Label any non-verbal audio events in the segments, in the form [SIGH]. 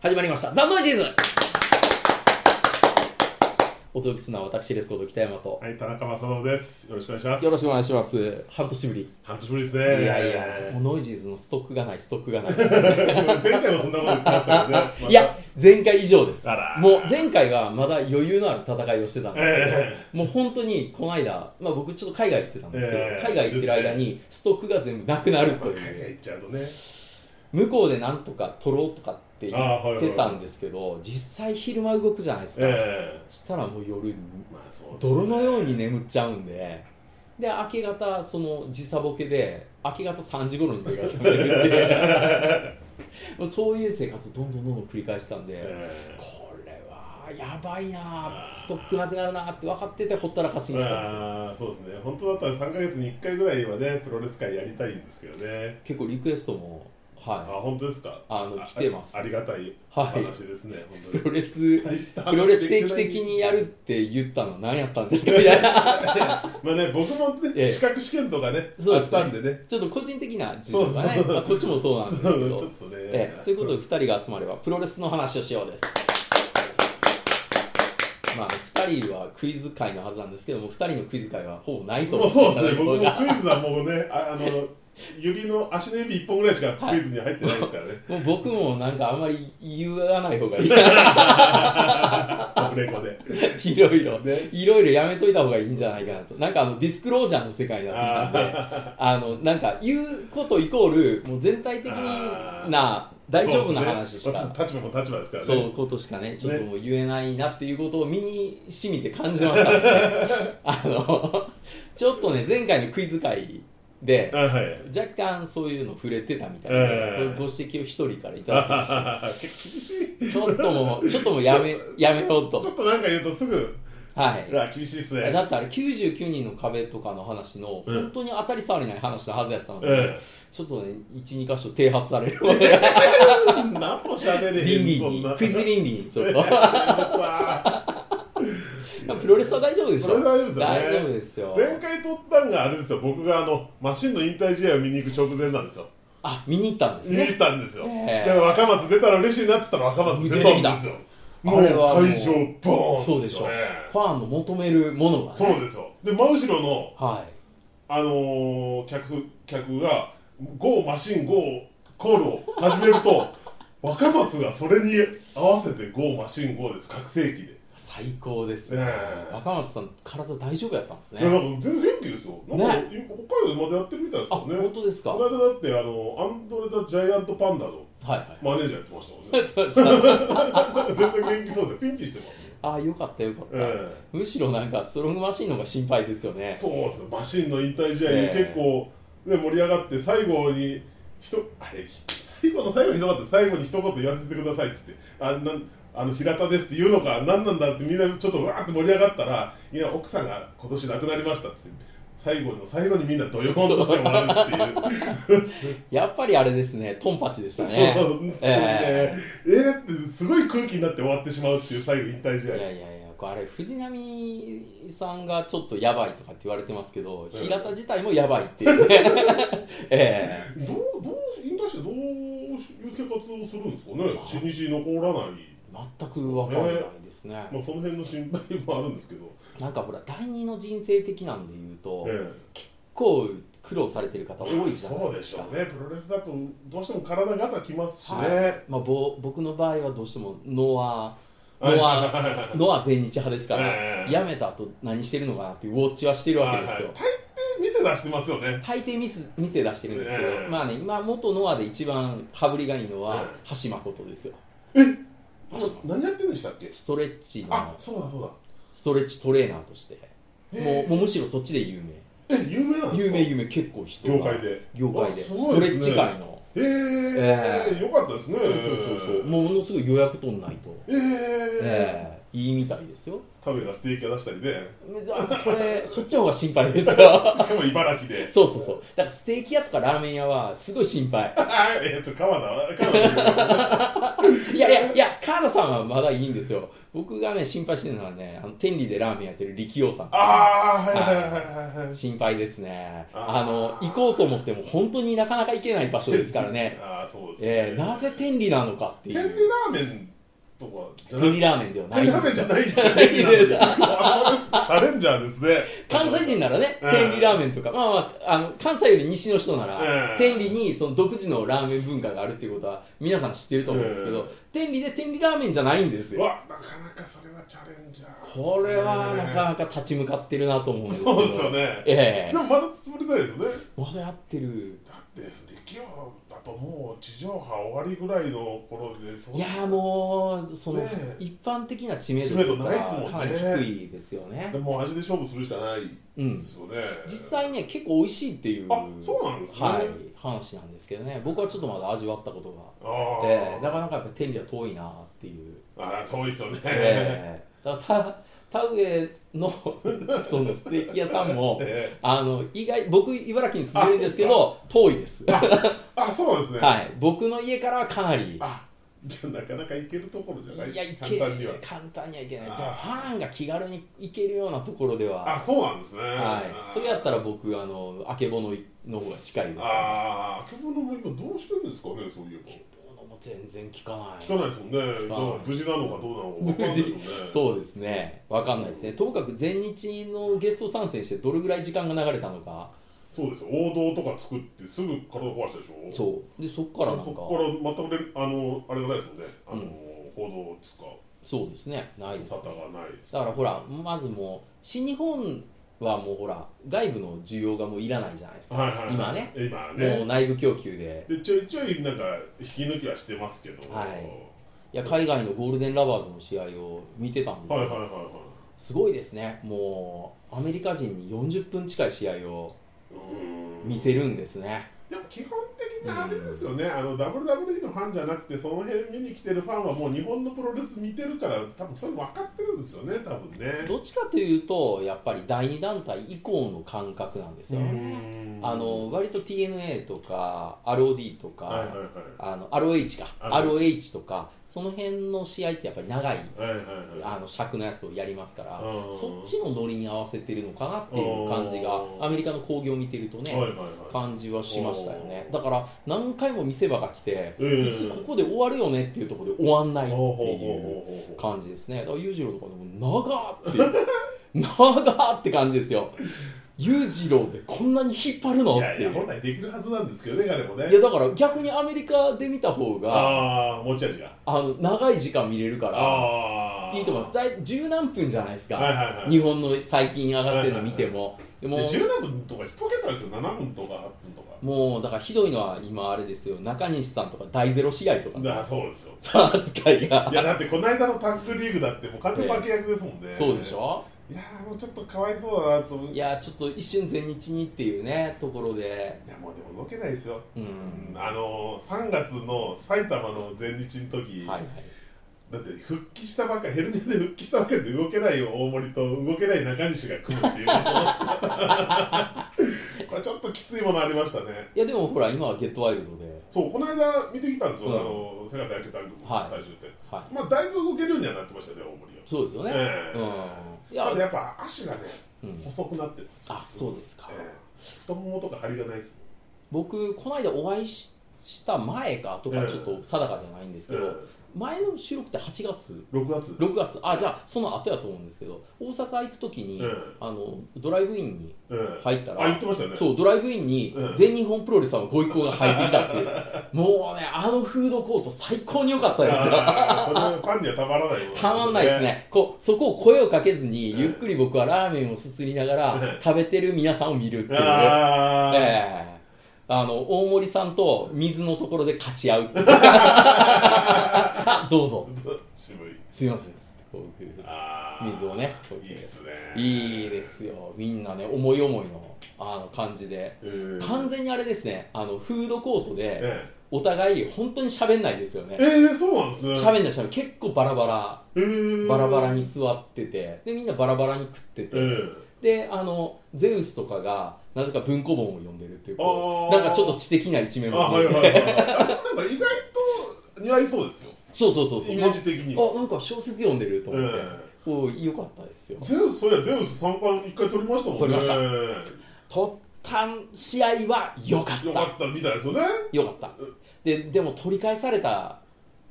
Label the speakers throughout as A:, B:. A: 始まりました「ザ・ノイジーズ」お届けするのは私レスコード北山と
B: はい、田中正信です。よろしくお願いします。
C: よろしくお願いします。
A: 半年ぶり
B: 半年ぶりですね。
A: いやいやもうノイジーズのストックがないストッ
C: [LAUGHS]
A: クがない
B: 前回もそんなこと言ってましたけどね。ま
A: [LAUGHS]
B: た
A: いや、前回以上です
B: あら
A: もう前回はまだ余裕のある戦いをしてたんですけど、
B: え
A: もう本当にこの間、まあ、僕ちょっと海外行ってたんですけど、
B: ええ
A: 海外行ってる間にストックが全部なくなると
B: 海
A: い
B: 外
A: う
B: 行っちゃうとね。
A: 向こうでなんとか取ろうとかって言
B: ああはい
A: っ
B: は
A: て
B: い
A: たんですけど、実際昼間動くじゃないですか、
B: え
A: したらもう夜
B: えまあそうですね
A: 泥のように眠っちゃうんでで明け方その時差ボケで明け方3時頃に目が覚めるっていうそういう生活をどんどんどんどん繰り返したんで、
B: ええ
A: これはやばいなあストックなくなるなあって分かっててほったらかしにしたんですよ
B: ああ、そうですね。本当だったら三ヶ月に一回ぐらいはね、プロレス界やりたいんですけどね。
A: 結構リクエストも
B: あ、
A: は
B: 本当ですか。
A: あの来てます
B: あ。ありがたい
A: はい
B: 話ですね。本
A: いプ
B: 当
A: ロ
B: に。
A: レス
B: 大した
A: [LAUGHS]
B: 話
A: プロレス定期的にやるって言ったの何やったんですかみたいな
B: まあね、僕も
A: ええ
B: ね、資格試験とかね、
A: そう
B: あ
A: で
B: っ
A: すね
B: たんでね。
A: ちょっと個人的な自分がね
B: そうそう
A: まあこっちもそうなんですけ
B: [LAUGHS] うんち
A: ど
B: ょっとね。
A: ええ、ということで2人が集まればプロレスの話をしようですまあ2人はクイズ会のはずなんですけども2人のクイズ会はほぼないと
B: もう
A: 思
B: そうですね、
A: いただいた方
B: 僕も
A: が
B: クイズはもうね、ああの指の足の指1本ぐらいしかクイズに入ってないですからね、
A: もう僕もなんかあんまり言わない
B: [LAUGHS]
A: 方がいい
B: オフレコで。
A: いろいろ、
B: ね
A: いろいろやめといた方がいいんじゃないかなとなんかあのディスクロージャーの世界だったんで
B: [LAUGHS]
A: あのなんか言うことイコールもう全体的な大丈夫な話しか
B: そうですねまあ立場も立場ですか
A: そ
B: ら
A: う
B: ね。
A: ことしかね、ちょっともう言えないなっていうことを身にしみて感じま
B: [LAUGHS]
A: したので、あの、ちょっとね、前回のクイズ会で、
B: あはい
A: 若干そういうの触れてたみたいな、
B: ええ
A: ご指摘を一人からいただきまし
B: あ結構 [LAUGHS] 厳
A: た。
B: しい。
A: ちょっともう、ちょっともうやめ、やめよう
B: ちょ
A: と。
B: っとなんか言うとすぐ、
A: は
B: う
A: い。
B: わ、厳しいですね。
A: だってあれ99人の壁とかの話の、
B: うん
A: 本当に当たり障りない話のはずやったので、
B: え
A: ちょっとね、1、2箇所剃発されるの
B: [LAUGHS]
A: で、
B: え、 [LAUGHS] 何もしゃべれへ
A: 倫
B: ん、
A: 理
B: そん
A: に
B: な。、
A: クイズ倫理にちょっと。
B: さあ
A: プロレスは大丈夫でしょ
B: プロレスは大
A: 大丈
B: 丈
A: 夫
B: 夫
A: で
B: です
A: よ
B: [LAUGHS] 前回撮ったんがあれですよ、僕があのマシンの引退試合を見に行く直前なんですよ。
A: あ見に行ったんです
B: 見に行
A: ね
B: ったんですよ、
A: ええ
B: でも若松出たら嬉しいなって言ったら若松出たんですよもう
A: あ
B: 会
A: れはもう
B: 場ボーン
A: そうで
B: よね
A: しょファンの求めるものが、ね、
B: そうですよで真後ろの、
A: は
B: あのー客す客が「ゴーマシンゴーコール」を始めると [LAUGHS] 若松がそれに合わせて「ゴーマシンゴー」です拡声器で、
A: い最高ですね
B: ねえ
A: 若松さん体大丈夫やったんですね
B: いやなんか全然元気ですよなんか、
A: ね
B: 今北海道でまだやってるみたいです
A: あ
B: からね
A: 本当ですか
B: この
A: はい
B: 間だってあのアンドレ・ザ・ジャイアント・パンダの
A: はい
B: マネージャーやってましたもんね [LAUGHS] 全然元気そうですよピンピンしてますよ
A: あよかったよかった、
B: え
A: むしろなんかストロングマシンの方が心配ですよね
B: そうですよマシンの引退試合に
A: ええ
B: 結構、ね、盛り上がって最後にひとあれひ最後の最後にひどかった最後に一言言わせてくださいっつってあなんあの平田ですって言うのか何なんだってみんなちょっとわーって盛り上がったらいや奥さんが今年亡くなりましたっつって最後の最後にみんなドヨーンとしてもらうっていう。
A: やっぱりあれですねトンパチでした
B: そう
A: ね
B: そうねえ
A: え
B: ーってすごい空気になって終わってしまうっていう最後引退試合
A: えいやいやいやこれあれ藤波さんがちょっとやばいとかって言われてますけど、
B: ええ
A: 平田自体もやばいっていうね [LAUGHS] ええ
B: どうどう引退してどういう生活をするんですかね死に死に残らない
A: 全く分からないですね
B: まあ、その辺の心配もあるんですけど、
A: なんかほら第二の人生的なんで言うと、
B: え
A: 結構苦労されてる方
B: え
A: 多いじゃない
B: そう
A: で
B: ですし
A: か
B: ょうね、プロレスだとどうしても体がたきますしね、
A: はいまあ、ぼ僕の場合はどうしてもノア
B: はい
A: ノ
B: [LAUGHS]
A: アノア全日派ですから、
B: ええ
A: やめた後何してるのかなっていうウォッチはしてるわけですよ、
B: はいはい店出してますよね、
A: 大抵ミス店出してるんですけど、
B: ええ
A: まあね今元ノアで一番羽振りがいいのは
B: え
A: 橋誠ですよ
B: あ何やってんでしたっけ、
A: ストレッチ
B: あ
A: の
B: そうだそうだ、
A: ストレッチトレーナーとしても
B: え
A: うもうむしろそっちで有名
B: え有名なんです
A: 有
B: か
A: 名有名結構人
B: 業
A: が
B: 界で、
A: 業界で
B: あす
A: スト
B: ごい
A: レ
B: です
A: ッ
B: ね
A: チ界の
B: ええ
A: え
B: よかったですね、
A: そうそうそうそうものすごい予約取んないと、
B: ええ
A: ええいいみたいですよ
B: カフェがステーキ屋出したりね、
A: じゃあそれそっちの方が心配ですよ [LAUGHS]
B: しかも茨城で、 [LAUGHS]
A: そうそうそうだからステーキ屋とかラーメン屋はすごい心配
B: あえっと、川田、川田、
A: いやいやいや川田さんはまだいいんですよ僕がね心配してるのはねあの天理でラーメンやってる力陽さん
B: ああはいはいはいはいはい
A: 心配ですねあ
B: あ
A: の
B: ー
A: 行こうと思っても本当になかなか行けない場所ですからね
B: ああ [LAUGHS] そうですね、
A: えーなぜ天理なのかってい
B: 天理
A: う
B: ラーメンとかじゃな
A: 天理
B: い
A: ラーメンではな
B: 天
A: い
B: 理ラーメンじゃないじゃ
A: ない
B: んあそうですチャレンジャーですね
A: 関西人ならね、
B: うん
A: 天理ラーメンとか、まあまあ、あの関西より西の人なら、
B: うん
A: 天理にその独自のラーメン文化があるっていうことは皆さん知ってると思うんですけど、
B: うん
A: 天理で天理ラーメンじゃないんですよ
B: わなかなかそれはチャレンジャーですね、
A: これはなかなか立ち向かってるなと思うんですけど
B: そうですよね
A: ええ
B: でもまだ潰れないですよね
A: まだやってる
B: だって力王だともう地上波終わりぐらいの頃でそん
A: いやもうその、
B: ねえ
A: 一般的な知名度と
B: 知名度
A: か
B: ないっすもんね
A: かなり低いですよね
B: でも味で勝負するしかないですよね、
A: 実際ね結構美味しいっていう
B: あそうなんですね
A: はい、話なんですけどね僕はちょっとまだ味わったことが
B: あー、
A: ええなかなかやっぱ天理は遠いなっていう、
B: あー遠いですよね、
A: ええだから田田植の [LAUGHS] そのステーキ屋さんも
B: え
A: あの意外僕茨城に住んでるんですけど遠いです、
B: あそうなんですね、
A: はい、僕の家からはかなり
B: あじゃあなかなか行けるところじゃない
A: いや行
B: 簡
A: け
B: 単には
A: 簡単にはいけないで
B: あ
A: も
B: ー
A: ファンが気軽に行けるようなところでは
B: あそうなんですね
A: はい、それやった
B: ら
A: ら僕あのあけぼのの方が近いですから
B: あああけぼのも今どうしてるんですかねそういえ
A: あのもう全然聞かない
B: ば聞かないですもんね
A: か
B: だ
A: ない
B: から無事なのかどうなのか分かん
A: 無
B: ない
A: 事
B: ですもんね
A: [LAUGHS] そうですねわかんないですねともかく前日のゲスト参戦してどれぐらい時間が流れたのか
B: そうですよ王道とか作ってすぐ体壊したでしょ
A: そうでそっからなんか
B: そこから全くれあのあれがないですもんねあの、
A: うん
B: 報道つか
A: そうですねないです
B: 沙
A: ね
B: 汰がないです
A: だからほらまずもう新日本はもうほら外部の需要がもういらないじゃないですか、
B: はいはいはい、
A: 今ね
B: 今
A: もう
B: ね
A: 内部供給で
B: でちょいちょいなんか引き抜きはしてますけど
A: はいいや海外のゴールデンラバーズの試合を見てたんです
B: はい
A: よ、
B: はいはいはい
A: すごいですねもうアメリカ人に40分近い試合を
B: うーん
A: 見せるんですね、
B: でも基本的にあれですよね、あの WWE のファンじゃなくてその辺見に来てるファンはもう日本のプロレス見てるから多分そういうの分かってるんですよね多分ね
A: どっちかというとやっぱり第2団体以降の感覚なんですよね、
B: うーん
A: あの割と TNA とか ROD とか、
B: はいはいはい
A: あの ROH か
B: ROH
A: ROH とかその辺の試合ってやっぱり長い
B: はいはいはい
A: あの尺のやつをやりますから
B: うん
A: そっちのノリに合わせてるのかなっていう感じが
B: うん
A: アメリカの興行を見てるとね、
B: はいはいはい
A: 感じはしましたよね
B: うん
A: だから何回も見せ場が来て、
B: うん
A: いつここで終わるよねっていうところで終わんないって
B: ほうほうほう
A: いう
B: ほうほう
A: 感じですねだから裕次郎とかでも長ーって [LAUGHS] 長ーって感じですよ裕次郎でこんなに引っ張るのっ
B: い
A: て
B: やい
A: いう
B: や本来できるはずなんですけどね彼もね
A: いやだから逆にアメリカで見た方があ
B: ああ持ち味が
A: の長い時間見れるから
B: ああ
A: いいと思いますだい十何分じゃないですか、
B: はいはいはい
A: 日本の最近上がってるの見ても、
B: で
A: でも
B: 17分とか一桁ですよ7分とか8分とか
A: もうだからひどいのは今あれですよ中西さんとか大ゼロ試合とか
B: だからそうですよ
A: さあ扱いが
B: いやだってこの間のタッグリーグだってもう完全負け役ですもんね、
A: そうでしょ
B: いやーもうちょっとかわいそうだなと思う
A: い
B: いや
A: やちょっと一瞬全日にっていうねところで
B: もうでも動けないですよ、
A: うん
B: うんあのー、3月の埼玉の前日の時、
A: はいはい
B: だって復帰したばっかりヘルニアで復帰したばっかりで動けない大森と動けない中西が組むっていう
A: [LAUGHS]
B: これちょっときついものありましたね
A: いやでもほら今はゲットワイルドで
B: そうこの間見てきたんですよ、
A: うん
B: あのー瀬川さん明タッグ
A: は
B: の
A: い
B: 最終戦、
A: はい
B: まあだいぶ動けるようにはなってましたね大森は
A: そうですよね、
B: ええ
A: うんい
B: ただ
A: や
B: やっぱ足がね、
A: うん
B: 細くなってるんですよ
A: あそうですか、
B: ええ太ももとか張りがないです
A: 僕この間お会いしした前かとかちょっと定かじゃないんですけど、
B: え
A: 前の収録って8月
B: もん6月
A: 6月あじゃあその後やと思うんですけど大阪行く時に、
B: ええ
A: あのドライブインに
B: ええ
A: 入ったら
B: あ言ってましたよね
A: そうドライブインに
B: うん
A: 全日本プロレスさんのご一行が入ってきたって
B: [LAUGHS]
A: いうもうねあのフードコート最高に良かったですよ
B: ああそれはファンにはたまらないもん
A: たまんないですねこうそこを声をかけずに
B: うん
A: ゆっくり僕はラーメンをすすりながら
B: うん
A: 食べてる皆さんを見るっていうね
B: ああ、
A: ええあの大森さんと水のところで勝ち合う [LAUGHS] っていうあどうぞ
B: 渋い
A: すいませんつってこういう
B: ああ
A: 水をね
B: いいですね
A: いいですよみんなね思い思いのあの感じで
B: うん
A: 完全にあれですねあのフードコートで、
B: え
A: お互い本当に喋んないですよね
B: えええそうなんですね
A: 喋んない喋んない結構バラバラ
B: ええ
A: バラバラに座っててでみんなバラバラに食ってて、
B: ええ
A: であのゼウスとかがなぜか文庫本を読んでるっていうこう
B: あー
A: なんかちょっと知的な一面
B: あ
A: も
B: はい
A: 見え
B: はい
A: て
B: はいはいあなんか意外と似合いそうですよ
A: そうそうそうそう
B: イメージ的に
A: あなんか小説読んでると思って、こう良かったですよ
B: ゼウスそういやゼウス3冠1回取りましたもんね
A: 取りました
B: よ
A: 取った試合は良かった
B: かったみたいですよね
A: 良かったででも取り返された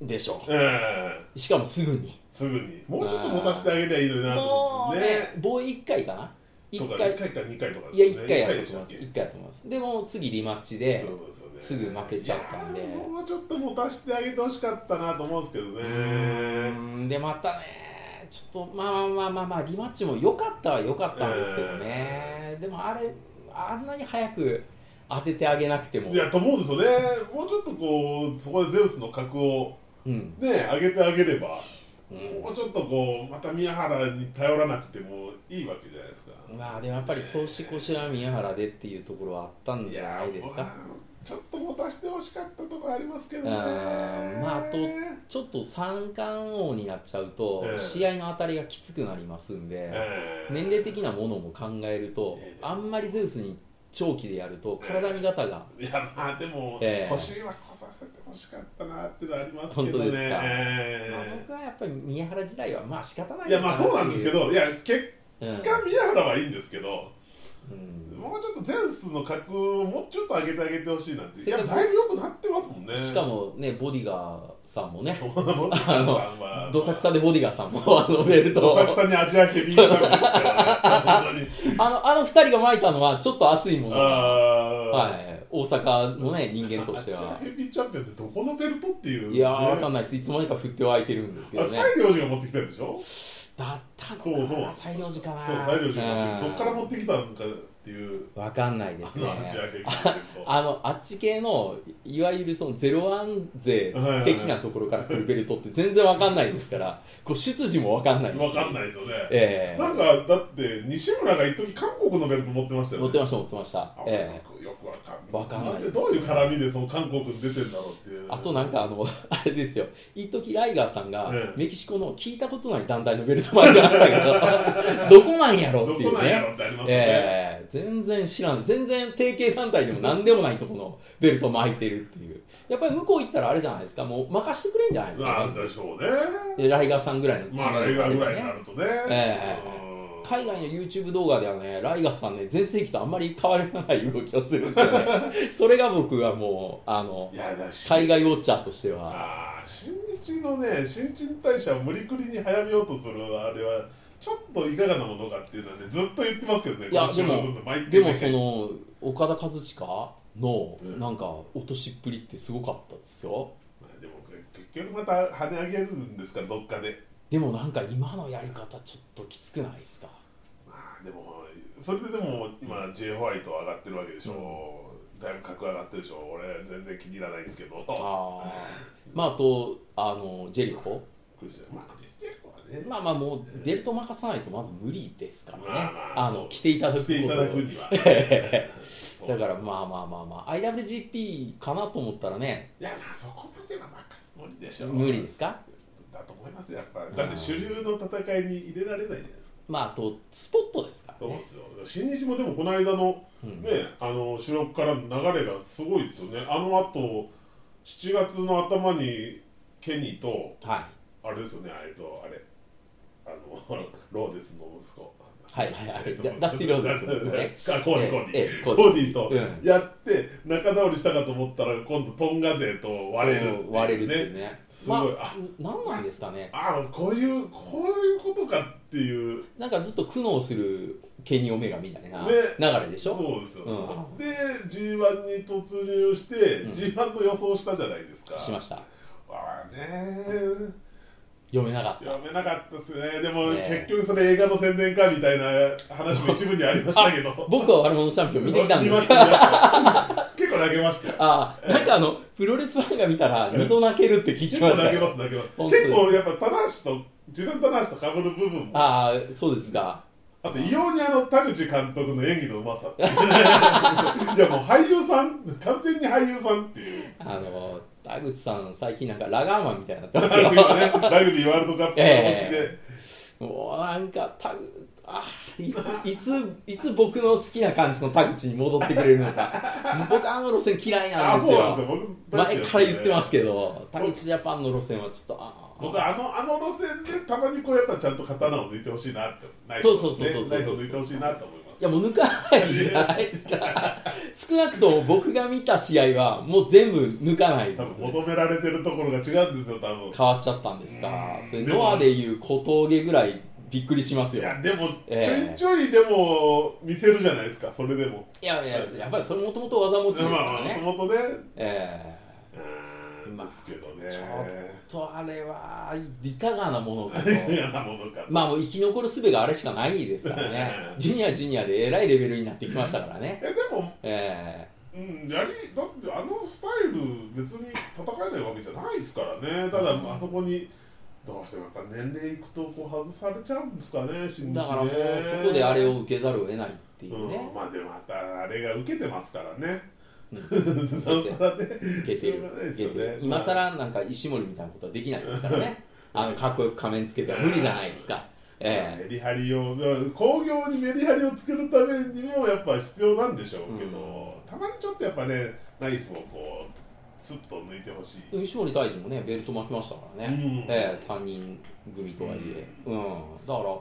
A: でしょ
B: ええ
A: しかもすぐに
B: すぐにもうちょっと持たせてあげりゃいいのになと
A: も
B: 思っ
A: う
B: て
A: ね
B: ね
A: 防衛1回かな
B: とか
A: 1
B: 1回
A: 回
B: か2回とか
A: いや1
B: ね
A: 回やと
B: でし
A: 思い
B: たっ
A: ます
B: け
A: 1回やと思いますでも次リマッチで
B: そうですよね
A: すぐ負けちゃったんで
B: いやーもうちょっと持たせてあげてほしかったなと思うんですけど
A: う
B: ね
A: ーんでまたねちょっとまあまあまあまあ、まあ、リマッチも良かったは良かったんですけどね、でもあれあんなに早く当ててあげなくても
B: いやと思うんですよねもうちょっとこうそこでゼウスの格を
A: うん
B: ね上げてあげれば
A: うん
B: もうちょっとこうまた宮原に頼らなくてもいいわけじゃないですか
A: まあでもやっぱり投資越しは宮原でっていうところはあったん
B: い
A: じゃ
B: や
A: ないです
B: ま
A: か
B: あちょっと持たせてほしかったとこありますけど
A: う
B: ね
A: んまああとちょっと三冠王になっちゃうと
B: ええ
A: 試合の当たりがきつくなりますんで、
B: ええ
A: 年齢的なものも考えると
B: ええ
A: あんまりゼウスに長期でやると体にガタが
B: いやまあでも、
A: ええ
B: 年は来させてほしかったなっていうのはありますけ
A: 本当
B: どね
A: ですか
B: え
A: まあ、僕はやっぱり宮原時代はまあ仕方ない
B: えいやまあそうなんですけ
A: ど、
B: どいや結
A: うん
B: 果宮原はいいんですけど、
A: うん
B: もうちょっとゼウスの格をもうちょっと上げてあげてほしいなってい
A: せっ
B: や
A: かく
B: だいぶ良くなってますもんね
A: しかもねボディガーさんもね
B: そう森田さんは
A: どさくさでボディガーさんもあのベルトを
B: どさくさにアジアヘビーチャンピオンですか
A: [LAUGHS]
B: らね本当に
A: あのあの二人が巻いたのはちょっと熱いものが、
B: は
A: はい、大阪のね人間としては
B: アジアヘビーチャンピオンってどこのベルトっていう、
A: いやーわか
B: あ
A: んないですいつまでか振っては空いてるんですけどね
B: 西良寺が持ってきたやつでしょ
A: だったのか
B: そう
A: な
B: そう
A: 西良寺かな
B: そう西良寺
A: う
B: ど
A: ん
B: っから持ってきたのかっていう
A: わかんないで
B: ア
A: すね
B: ジアヘビーチャンピオンと
A: あのあっち系のいわゆるそのゼロワン勢的なところから来るベルトって全然わかんないですからこう出自もわかんないし
B: わかんないですよね、
A: ええ
B: なんかだって西村が一時韓国のベルト持ってましたよ
A: 持
B: ね
A: ってました持ってました
B: あ
A: ええ
B: よくわかんない
A: わかんない
B: んでどういう絡みでその韓国に出てんだろうっていう
A: あとなんかあの [LAUGHS] あれですよ一時ライガーさんが
B: ええ
A: メキシコの聞いたことない団体のベルト巻いてましたけ
B: [LAUGHS]
A: どどこなんやろ
B: ど
A: ってい
B: こ
A: う
B: なんや
A: ね
B: ろってありますよね、
A: ええ全然知らん全然定型団体でも何でもないとこのベルト巻いてるっていうやっぱり向こう行ったらあれじゃないですかもう任してくれんじゃないですか、
B: なんでしょうね
A: でライガーさんぐらいの
B: まあ
A: 知
B: ライ
A: 名度が
B: ガ
A: あれ
B: ーぐ
A: ば
B: らい
A: ね
B: になるとね、
A: え
B: うん
A: 海外の YouTube 動画ではねライガーさんね全盛期とあんまり変わらない動きをするんで、ね、それが僕はもうあの
B: いやだし
A: 海外ウォッチャーとしては
B: ああ新日のね新陳代謝を無理くりに早めようとするあれはちょっといかがなものかっていうのはねずっと言ってますけどね
A: いや
B: この収録の毎回ね
A: でもその岡田和親の
B: うん
A: なんか落としっぷりってすごかったですよ
B: まあでも結局また跳ね上げるんですからどっかで
A: でもなんか今のやり方ちょっときつくないですか
B: まあでもそれででも今 J ホワイト上がってるわけでしょ、だいぶ格上がってるでしょ俺全然気に入らないんですけど
A: ああまああとあのジェリコ
B: クリスまあクリス・ジェルコはね、
A: まあまあもうベルト任さないとまず無理ですからね、
B: まあまあ
A: あ
B: そ
A: の
B: う
A: 来ていただく
B: 来
A: こと
B: ていただくにはそ
A: [LAUGHS]
B: う
A: だから
B: い
A: まあまあまあまあ IWGP かなと思ったらね
B: やまあそこまでは任す無理でしょ
A: 無理ですか
B: だと思いますよやっぱだって主流の戦いに入れられないじゃないですか
A: まああとスポットですから
B: そう
A: ね
B: ですよ新日もでもこの間の
A: うん
B: ね、あの主力からの流れがすごいですよねあのあと7月の頭にケニーと
A: はい
B: あれですよねあれとあれあの [LAUGHS] ローデスの息子
A: はいはいはい
B: えっと
A: ダダスティローデスの息子ね
B: あ [LAUGHS] コーディコー
A: ええ
B: デ
A: ええ
B: ィ
A: コ
B: コ
A: ー
B: ー
A: ディ
B: ディと
A: う
B: やって仲直りしたかと思ったら今度トンガ勢と割れるっていう、
A: そう
B: ね、
A: 割れるっていうね
B: すごい
A: まあ
B: あ
A: 何なんですかね
B: ああこういうこういうことかっていう
A: なんかずっと苦悩するケニー・オメガみたいな
B: ね
A: 流れでしょ、
B: そうですよ、
A: う
B: で G1 に突入して、
A: うん
B: G1 の予想したじゃないですか
A: しました
B: ああね
A: 読めなかった
B: 読めなかったですねでも、
A: ねえ
B: 結局それ映画の宣伝かみたいな話も一部にありましたけど
A: 僕は悪者チャン [LAUGHS] ピオン見てきたんで
B: 見ますした見ました結構投げましたよ
A: ああなんかあのプロレスファンが見たら二度泣けるって聞き
B: 結
A: ま
B: 構
A: し
B: 投
A: た
B: げま
A: よ
B: す投げます
A: 本当です
B: 結構やっぱ棚橋と自分棚橋とかぶる部分も
A: あ
B: あ
A: あそうですか
B: と異様にあの田口監督の演技のうまさ [LAUGHS] いやもう俳優さん完全に俳優さんっていう
A: あの田口さん最近なんかラガーマンみたいになってます
B: ラ
A: よ
B: グビーねラグビーワールドカップの星で、
A: もうなんかタグあーいついついつ僕の好きな感じの田口に戻ってくれるのか僕あの路線嫌いな
B: あ
A: ん
B: そ
A: です
B: う
A: よ
B: なんですよ僕
A: 前から言ってます
B: ど
A: けど田口ジャパンの路線はちょっとあー
B: 僕あのあの路線でたまにこうやっぱちゃんと刀を抜いてほしいなってナイ
A: そうそうそうそうそう
B: ねナイフを抜いてほしいなと思います
A: いやもう抜かないじゃないですか [LAUGHS] 少なくとも僕が見た試合はもう全部抜かないで
B: 多
A: す、
B: 分
A: ね、
B: 求められてるところが違うんですよ多分
A: 変わっちゃったんですか
B: うん
A: それ
B: でも
A: ノアでいう小峠ぐらいびっくりします
B: い
A: よ
B: やでも
A: え
B: ちょ
A: え
B: いちょいでも見せるじゃないですかそれでも
A: いやいややっぱりそれもともと技持ちですか
B: まあま
A: ら
B: あ
A: ね、
B: もともとね
A: え
B: うーん
A: まあ
B: ですけどね
A: えち
B: [LAUGHS]
A: ょっとあれはいかがなもの [LAUGHS] かと
B: いやなものか
A: まあもう生き残る術があれしかないですからねジュニアジュニアでえらいレベルになってきましたからね
B: えでも
A: え
B: うん、やりだってあのスタイル別に戦えないわけじゃないですからねただ、
A: うん
B: あそこにどうしてもやっぱ年齢いくとこう外されちゃうんですかね
A: え
B: 新日ね
A: だからもうそこであれを受けざるを得ないっていうね
B: うん、まあでもまたあれが受けてますからね
A: うん
B: [LAUGHS] なおさらね
A: 受けて
B: しょ
A: る
B: うがないです
A: 受
B: よ
A: けてる
B: ね
A: 今さらなんか石森みたいなことはできないですからねあのかっこよく仮面つけては無理じゃないですかええ
B: メリハリを工業にメリハリをつけるためにもやっぱ必要なんでしょうけど、
A: う
B: たまにちょっとやっぱねナイフをこうスッと抜いてほしい
A: でも石森大臣もねベルト巻きましたからね、
B: うん
A: ええ3人組とはいえ、うんだから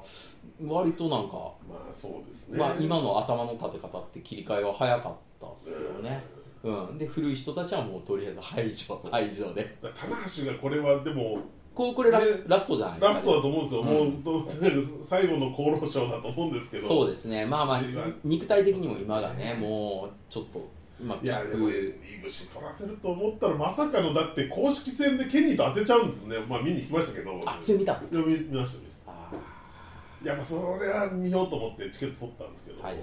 A: 割となんか、
B: まあそうですね
A: まあ、今の頭の立て方って切り替えは早かったっすよね、うん、で古い人たちはもうとりあえず排除排除で
B: だから棚橋がこれはでも
A: こうこれラス
B: ね
A: ラストじゃないですか、
B: ラストだと思うんですよ、
A: うん
B: もうどうとにかく最後の厚労省だと思うんですけど
A: そうですねまあまあ
B: 一番
A: 肉体的にも今がねもうちょっと今
B: いやでもねいぶし取らせると思ったらまさかのだって公式戦でケニーと当てちゃうんですよねまあ見に行きましたけど
A: あそれ見たんですか
B: いや見見ました見まし
A: あ
B: たいやまあそれは見ようと思ってチケット取ったんですけど、
A: はいはい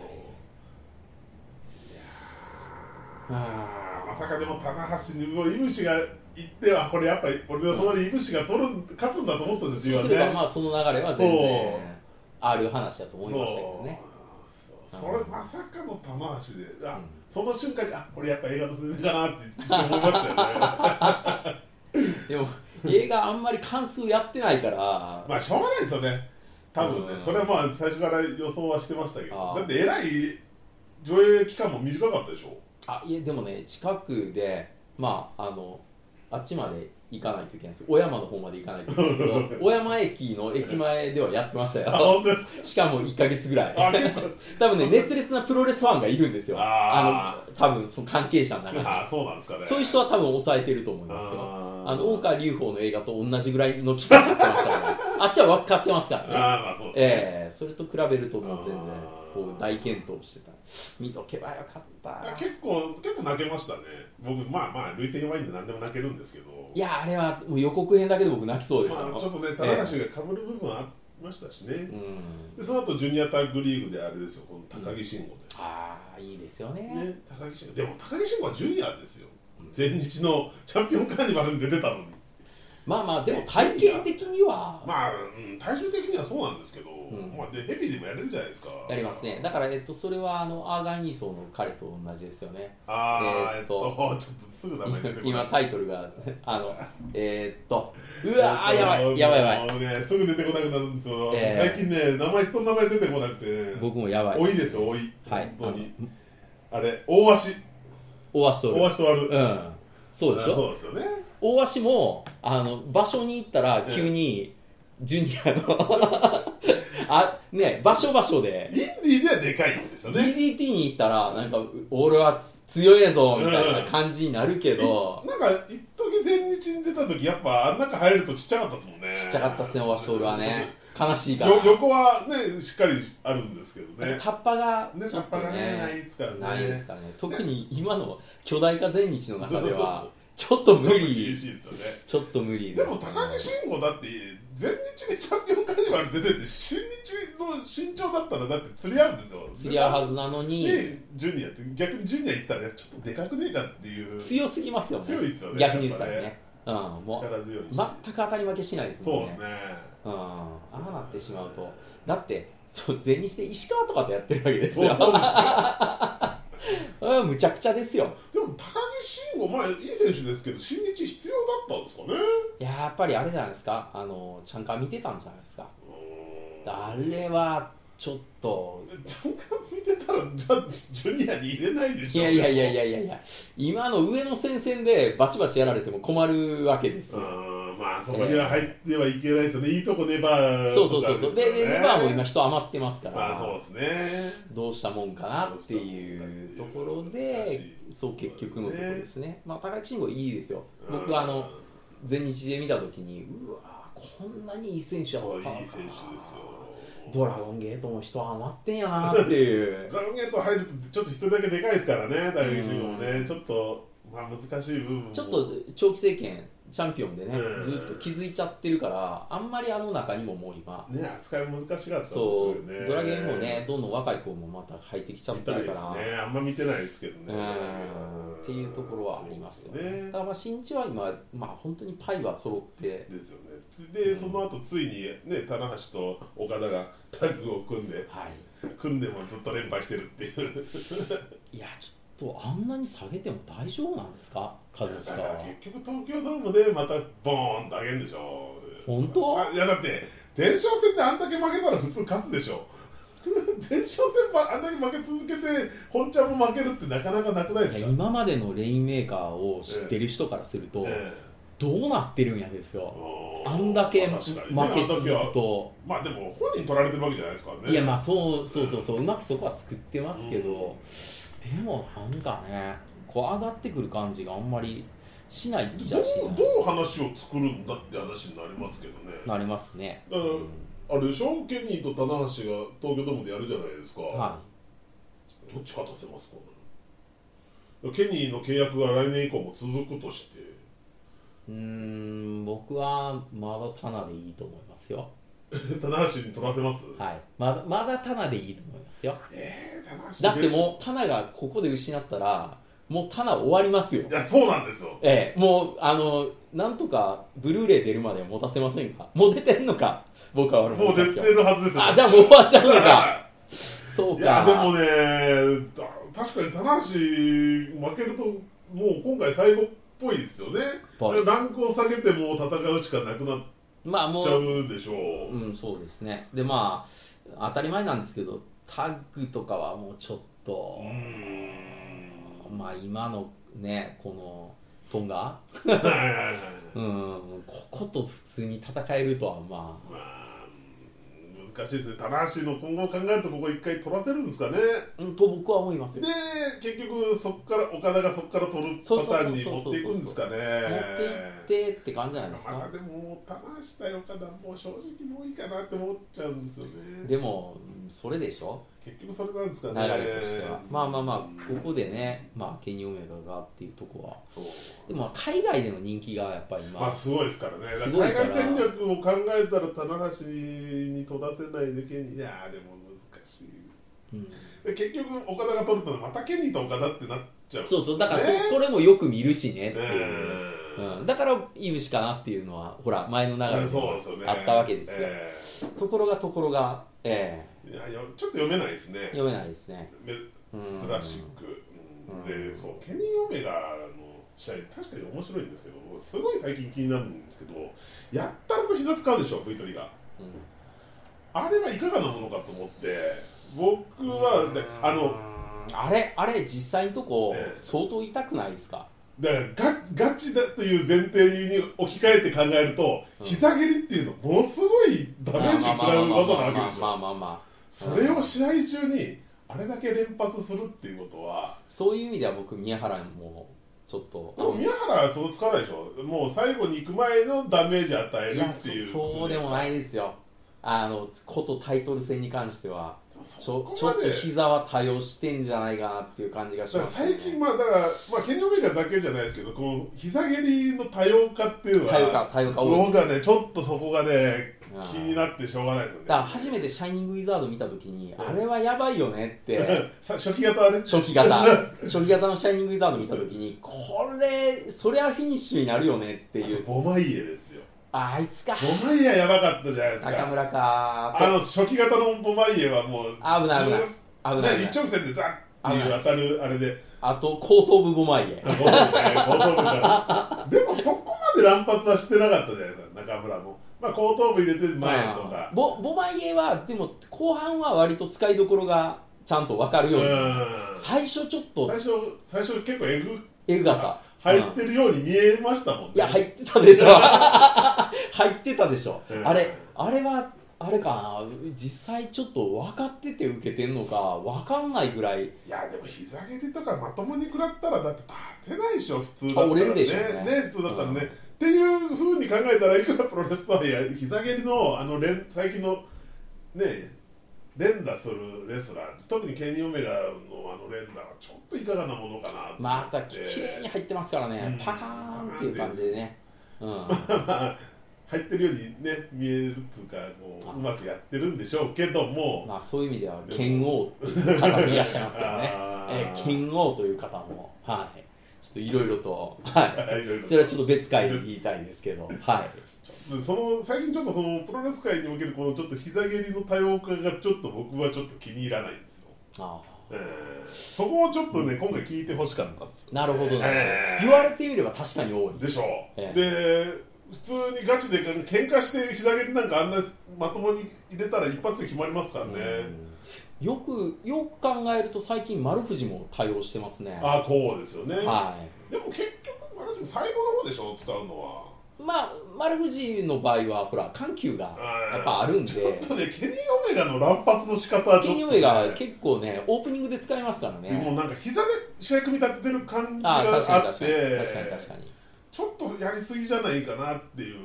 B: あ
A: あ
B: ーまさかでも棚橋にもういぶしが行ってはこれやっぱり俺の方にいぶしが取る勝つんだと思ってたんです
A: そ
B: よ
A: うす
B: 自
A: れ
B: 分
A: ば
B: はね
A: まあその流れは全然
B: そう
A: ある話だと思いましたけど
B: そう
A: ね
B: そうそれまさかの玉橋であ、その瞬間にあこれやっぱ映画の宣伝かなって一瞬思いま
A: [LAUGHS]
B: したよね
A: で
B: [LAUGHS]
A: も映画あんまり関数やってないから
B: まあしょうがないですよね多分ね、
A: うん
B: それはまあ最初から予想はしてましたけ
A: あ
B: ど
A: ー
B: だってえらい上映期間も短かったでしょ
A: あいやでもね近くでまああのあっちまで行かないといけないんです小山の方まで行かないといけないけど
B: [LAUGHS]
A: 小山駅の駅前ではやってました
B: あ
A: よ
B: 本当です
A: しかも1か月ぐらい
B: あ結構
A: 多分ね熱烈なプロレスファンがいるんですよ
B: あ
A: の多分その関係者の中に
B: あー [LAUGHS] そうなんですかね
A: そういう人は多分抑えてると思いますよ
B: あー
A: あの大川隆法の映画と同じぐらいの期間やってましたから
B: [LAUGHS]
A: あっちは分かってますからね
B: ああまあそうですね、
A: ええそれと比べるともう全然
B: あー
A: こう大健闘してた見とけばよかった
B: あ結構結構泣けましたね僕まあまあ累戦弱いんで何でも泣けるんですけど
A: いやあれはもう予告編だけで僕泣きそうでしたよ、
B: まあ、ちょっとね
A: え
B: 棚
A: え
B: 橋がかぶる部分ありましたしね、
A: うん
B: でその後ジュニアタッグリーグであれですよこの高木慎吾です、
A: ああいいですよね
B: ね、高木慎吾でも高木慎吾はジュニアですよ前日のチャンピオンカーニバルに出てたのに
A: まあまあでも体験的には
B: まあ、うん、体重的にはそうなんですけど、
A: ん
B: まあ、でヘビーでもやれるじゃないですか
A: やりますねだからえっとそれはあのアーガン・イーソーの彼と同じですよね
B: ああ
A: え
B: え
A: ー
B: っ
A: っ
B: と,、
A: と
B: [LAUGHS] ちょっとすぐ名前出てこない
A: 今タイトルが [LAUGHS] あ
B: [LAUGHS]
A: のえーっとうわーやばいやばいやばい
B: ばい、もうね、すぐ出てこなくなるんですよ、
A: ええ
B: 最近ね名前人の名前出てこなくて
A: 僕もやばい
B: 多いですよ多い、
A: はい
B: 本当にあれ大足
A: 大足と
B: 大
A: る
B: 足と割る、
A: うんそうでし
B: あそ
A: ょ
B: うですよね
A: 大足もあの場所に行ったら急にジュニアの [LAUGHS] あね場所場所で
B: インディーではでかいんですよね
A: DDT に行ったらなんか俺は強えぞみたいな感じになるけど、
B: なんか一時前日に出た時やっぱあん中入るとちっちゃかったですもんね
A: ちっちゃかったっすね大足とるはね悲しいから
B: よ横はねしっかりあるんですけどね
A: タッパが
B: ね
A: ちょっと
B: タッパがねないですからね
A: ないですからね特に今の巨大化前日の中では
B: そう
A: ちょっと無
B: ちょっと厳
A: 理
B: しいですよね
A: ちょっと無理
B: です
A: ね
B: も高木慎吾だって前日にチャンピオンカーニバル出てて新日の身長だったらだって釣り合うんですよ
A: 釣り合うはずなのに
B: でジュニアって逆にジュニア行ったらちょっとでかくねえかっていう
A: 強すぎますよね
B: 強いですよね
A: 逆に言ったらね
B: やっ
A: うんも
B: 力強いうし、
A: 全く当たり負けしないです
B: そう
A: もん
B: で
A: ね
B: すね
A: うんああなってしまうとだってそう全日で石川とかとやってるわけです
B: そうそ
A: よ
B: うですよ
A: [LAUGHS] うんむちゃくちゃですよ
B: でも高木慎吾、まあ、いい選手ですけど、新日必要だったんですかね。
A: いややっぱりあれじゃないですかあのちゃんか見てたんじゃないですか
B: うーん
A: あれはちょっと
B: ちゃんと見てたらじゃあジュニアに入れないで
A: い
B: しょ
A: やいやいやいやいやいや今の上の戦線でバチバチやられても困るわけです
B: う
A: よ、
B: んまあそこには入ってはいけないですよね、いいとこネバー
A: そうそうそうそうででネバーも今
B: し
A: 人余ってますから、
B: まあそうですね
A: どうしたもんかなっていうところでそう結局のところですねまあ高木慎吾いいですよ僕はあの全日で見た時にうわーこんなにいい選手やった
B: そうい
A: の
B: い
A: かな
B: 選手ですよ
A: ドラゴンゲートも人余ってんやなっていう
B: [LAUGHS] ドラゴンゲート入るとちょっと人だけでかいですからね大学中もねちょっとまあ難しい部分も
A: ちょっと長期政権チャンピオンでね
B: うん
A: ずっと気づいちゃってるからあんまりあの中にももう今
B: ね扱い難しかったんです
A: そ
B: よ
A: う、
B: ね
A: ドラゲンもねどんどん若い子もまた入ってきちゃっ
B: 見
A: て
B: たい
A: るか
B: で
A: ら
B: すねあんま見てないですけどね
A: うんっていうところはありますよ
B: そうで
A: ね。
B: す
A: だからまあ新地は今、まあ、本当にパイは揃って、
B: ですよねつでその後ついにね棚橋と岡田がタッグを組んで
A: は
B: 組んでもずっと連敗してるっていう
A: い、いや、ちょっとあんなに下げても大丈夫なんですか、和
B: だ
A: 親
B: か
A: は
B: ら。結局東京ドームでまたボーンと上げるんでしょ
A: 本当
B: あいやだって前哨戦であんだけ負けたら普通勝つでしょ [LAUGHS] 前哨戦ばあんだけ負け続けて本ちゃんも負けるってなかなかなくない
A: い
B: で
A: や
B: すか
A: 今までのレインメーカーを知ってる人からすると、
B: え
A: どうなってるんやです
B: え
A: よ、
B: おー
A: あんだけ負
B: ま
A: け
B: あ
A: 続
B: 確かにねあんだ
A: く
B: けは
A: と、
B: まあでも本人取られてるわけじゃないですからね
A: いや、まあそうそうそうそう、うまくそこは作ってますけど、でもなんかね、こう上がってくる感じがあんまりしないっち
B: ど
A: ゃ
B: う
A: しない
B: どう話を作るんだって話になりますけどね
A: なりますね。
B: だからあれでしょケニーと棚橋が東京ドームでやるじゃないですか、
A: は
B: どっち勝たせますかケニーの契約が来年以降も続くとして [LAUGHS]
A: い、うーん僕はまだタナでいいと思いますよ、
B: 棚橋に取らせます、
A: はい、まだまだタナでいいと思いますよ
B: 棚橋
A: だってもうタナがここで失ったらもうタナ終わりますよ
B: いやそうなんですよ
A: ええもうあのなんとかブルーレイ出るまでは持たせませんかもう出てんのか僕は俺
B: もう出て
A: る
B: るはずですよ
A: あじゃあもう終わっちゃうのか [LAUGHS] そう
B: い
A: か
B: やでもねた確かに棚橋負けるともう今回最後っぽいですよね
A: ぽい
B: ランクを下げてもう戦うしかなくなっち
A: まあも
B: ゃ
A: う
B: うでしょう
A: うん、そうですね。で、まあ、当たり前なんですけど、タッグとかはもうちょっと、まあ、今のね、このトンガ、
B: はいはいはいはい
A: うん、ここと普通に戦えるとは、まあ、
B: まあ難しいですね棚橋の今後を考えるとここ一回取らせるんですかね
A: うん、と僕は思います
B: で
A: よ。
B: 結局そこから岡田がそこから取るパ
A: そうそうそう
B: タ
A: そ
B: ー
A: う
B: ンに持っていくんですかね
A: 持っていってって感じじゃないですか
B: また。でも棚橋対岡田もう正直もういいかなって思っちゃうんですよね
A: でも、うんそれでしょ、
B: 結局それなんですか
A: 流
B: ね
A: れとしては。まあまあまあ、ここでね、まあ、ケニー・オメガがっていうとこは。
B: そう
A: でも、海外での人気がやっぱり今、
B: まあすごいですからね
A: すごいから
B: 海外戦略を考えたら棚橋に取らせないだけにいやーでも難しい
A: うん
B: で結局岡田が取るとまたケニーと岡田ってなっちゃう
A: そうそう、だからそ,、
B: ね
A: それもよく見るしねっていう。
B: う
A: うん、だからイブシかなっていうのはほら前の流れ
B: ん、
A: に
B: そう
A: も
B: ですよね
A: あったわけですよ、
B: え
A: ところがところが、え
B: えいやよちょっと読めないですね
A: え読めないですね
B: め
A: うん
B: 珍しく、うん
A: うん
B: でそうケニー・オメガの試合確かに面白いんですけどすごい最近気になるんですけどやったらと膝使うでしょ V トリが
A: う
B: あれはいかがなものかと思って僕はであの
A: んあれあれ実際のとこ
B: ええ
A: 相当痛くないですか、
B: だからガガチだという前提に置き換えて考えると、
A: うん
B: 膝蹴りっていうのものすごいダメージを食らう技なわけでし
A: まあまあまあまあ
B: ょ
A: まあまあ
B: それを試合中にあれだけ連発するっていうことは
A: そういう意味では僕宮原もちょっと
B: でも宮原はそのつかないでしょもう最後に行く前のダメージ与える
A: や
B: っていう
A: そそうでもないですよあのことタイトル戦に関してはち
B: そ
A: ょ
B: こ
A: ちょ
B: ま
A: っと
B: で
A: 膝は多用してんじゃないかなっていう感じがし
B: だ
A: ま
B: から
A: す、
B: 最近まあだからまあケニーオメガだけじゃないですけどこの膝蹴りの多様化っていうの
A: 多用
B: は
A: か多用か多い
B: 僕はねちょっとそこがね
A: うん
B: 気になってしょうがないですよね
A: だから初めて「シャイニング・ウィザード」見た時に、
B: うん
A: あれはやばいよねって
B: [LAUGHS] さ初期型はね
A: 初期型初期型の「シャイニング・ウィザード」見た時にこれそりゃフィニッシュになるよねっていう
B: ボマイエですよ
A: ああいつか
B: ボマイエはやばかったじゃないです
A: 中
B: か
A: 村か
B: あの初期型のボマイエはもう
A: 危ない危ないそ
B: ず
A: う危
B: ね
A: ない危ない
B: 一直線でザッっていう当たるあれで
A: あと後頭部ボマイエ
B: ボトムねボトムからでもそこまで乱発はしてなかったじゃないですか中村もまあ後頭部入れて前と
A: まあ
B: か
A: ボボマイエはでも後半は割と使いどころがちゃんと分かる
B: う
A: よ
B: ん
A: うに、最初ちょっと
B: 最初最初結構えぐ
A: エグかった
B: 入
A: うん
B: ってるように見えましたもんね
A: いや入ってた
B: [LAUGHS]
A: でしょ入ってたでしょ、
B: うん
A: あれあれはあれかな実際ちょっと分かってて受けてんのか分かんないぐらい
B: いやでも膝蹴りとかまともに食らったらだって立てないでしょ普通だった
A: あ
B: ら
A: 折れるでしょうね
B: ね普通だったらね、
A: うん
B: っていうふうに考えたらいくらプロレスとはいえ膝蹴りのあの連最近のね連打するレスラー特にケニー・オメガのあの連打はちょっといかがなものかなと思って
A: またきれいに入ってますからね、
B: うん
A: パカーンっていう感じでね、うん、
B: 入ってるようにね見えるっていうかこ
A: あ
B: ううまくやってるんでしょうけども、
A: まあそういう意味では剣王っていう方もいらっしゃいますから
B: [LAUGHS]
A: ね
B: あー
A: えー剣王という方もはいちょっといろいろとは
B: [LAUGHS] いろいろ
A: いそれはちょっと別回で言いたいんですけどはい
B: その最近ちょっとそのプロレス界におけるこのちょっと膝蹴りの多様化がちょっと僕はちょっと気に入らないんですよ、
A: あ
B: えーそこをちょっとね、今回聞いてほしかったっす
A: ーなるほどね、
B: えー
A: 言われてみれば確かに多い
B: でしょう、
A: ええ
B: で普通にガチで喧嘩して膝蹴りなんかあんなまともに入れたら一発で決まりますからね、
A: うんよくよく考えると最近丸藤も対応してますね
B: ああこうですよね、
A: はい
B: でも結局あれでも最後の方でしょ使うのは
A: まあ丸藤の場合はほら緩急がやっぱあるんで
B: ちょっとねケニー・オメガの乱発の仕方はちょ
A: 金
B: っと、
A: 曜
B: ね、
A: 日が結構ねオープニングで使えますから
B: もう
A: ね
B: なんか膝で試合組み立ててる感じが
A: ああ確かに
B: あっ
A: 確か
B: て
A: に確かに確かに
B: ちょっとやりすぎじゃないかなっていう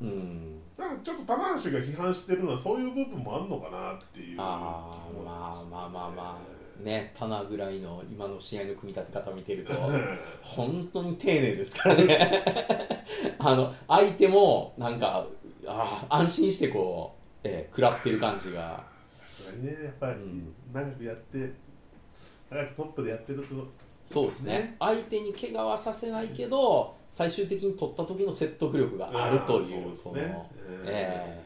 A: うん
B: なんかちょっと棚橋が批判してるのはそういう部分もあるのかなっていう
A: ああまあまあまあまあね棚ぐらいの今の試合の組み立て方見
B: [LAUGHS]
A: てると本当に丁寧ですからね [LAUGHS] あの相手もなんかああ安心してこう、ええ食らってる感じが
B: さすがにねやっぱり
A: うん
B: 長くやって長くトップでやってると
A: そうですね
B: ね
A: 相手に怪我はさせないけど最終的に取った時の説得力があるという
B: あーそうですね
A: の
B: うん
A: ええ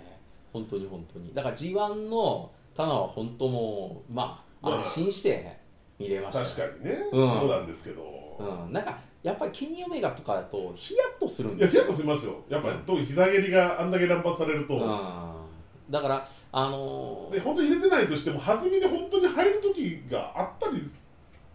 A: 本当に本当にだから g 1のタナは本当もうまあ
B: まあ
A: 安心して見れました、
B: 確かにね、
A: うん
B: そうなんですけど、
A: うん、なんかやっぱりケニーオメガとかだとヒヤッとするん
B: いや
A: で
B: ヒ
A: す
B: ヤ
A: よ
B: ッとしますよやっぱり特に膝蹴りがあんだけ乱発されると、
A: うん、だからあのー
B: で本当に入れてないとしても弾みで本当に入る時があったり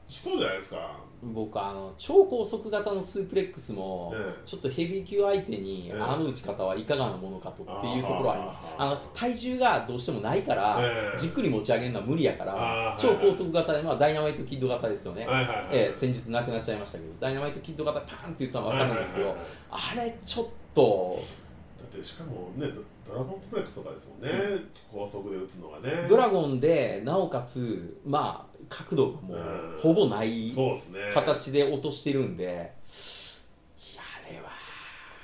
B: しそうじゃないですか
A: 僕あの超高速型のスープレックスも、
B: ええ
A: ちょっとヘビー級相手に、
B: ええ
A: あの打ち方はいかがなものかとっていうところはありますあ
B: あー
A: の体重がどうしてもないから、
B: ええ
A: じっくり持ち上げるのは無理やから、
B: あー
A: 超高速型で、まあ、ダイナマイトキッド型ですよね、
B: はいはいはい
A: ええ先日なくなっちゃいましたけどダイナマイトキッド型パーンって言ってたのは分かんないんですけど、
B: はいはい
A: あれちょっと
B: だってしかもねドドラゴンスプレックスとかですもんね、高速で打つのがね
A: ドラゴンでなおかつまあ角度がも
B: う
A: うんほぼない
B: そうですね
A: 形で落としてるんで、いやあれは危ない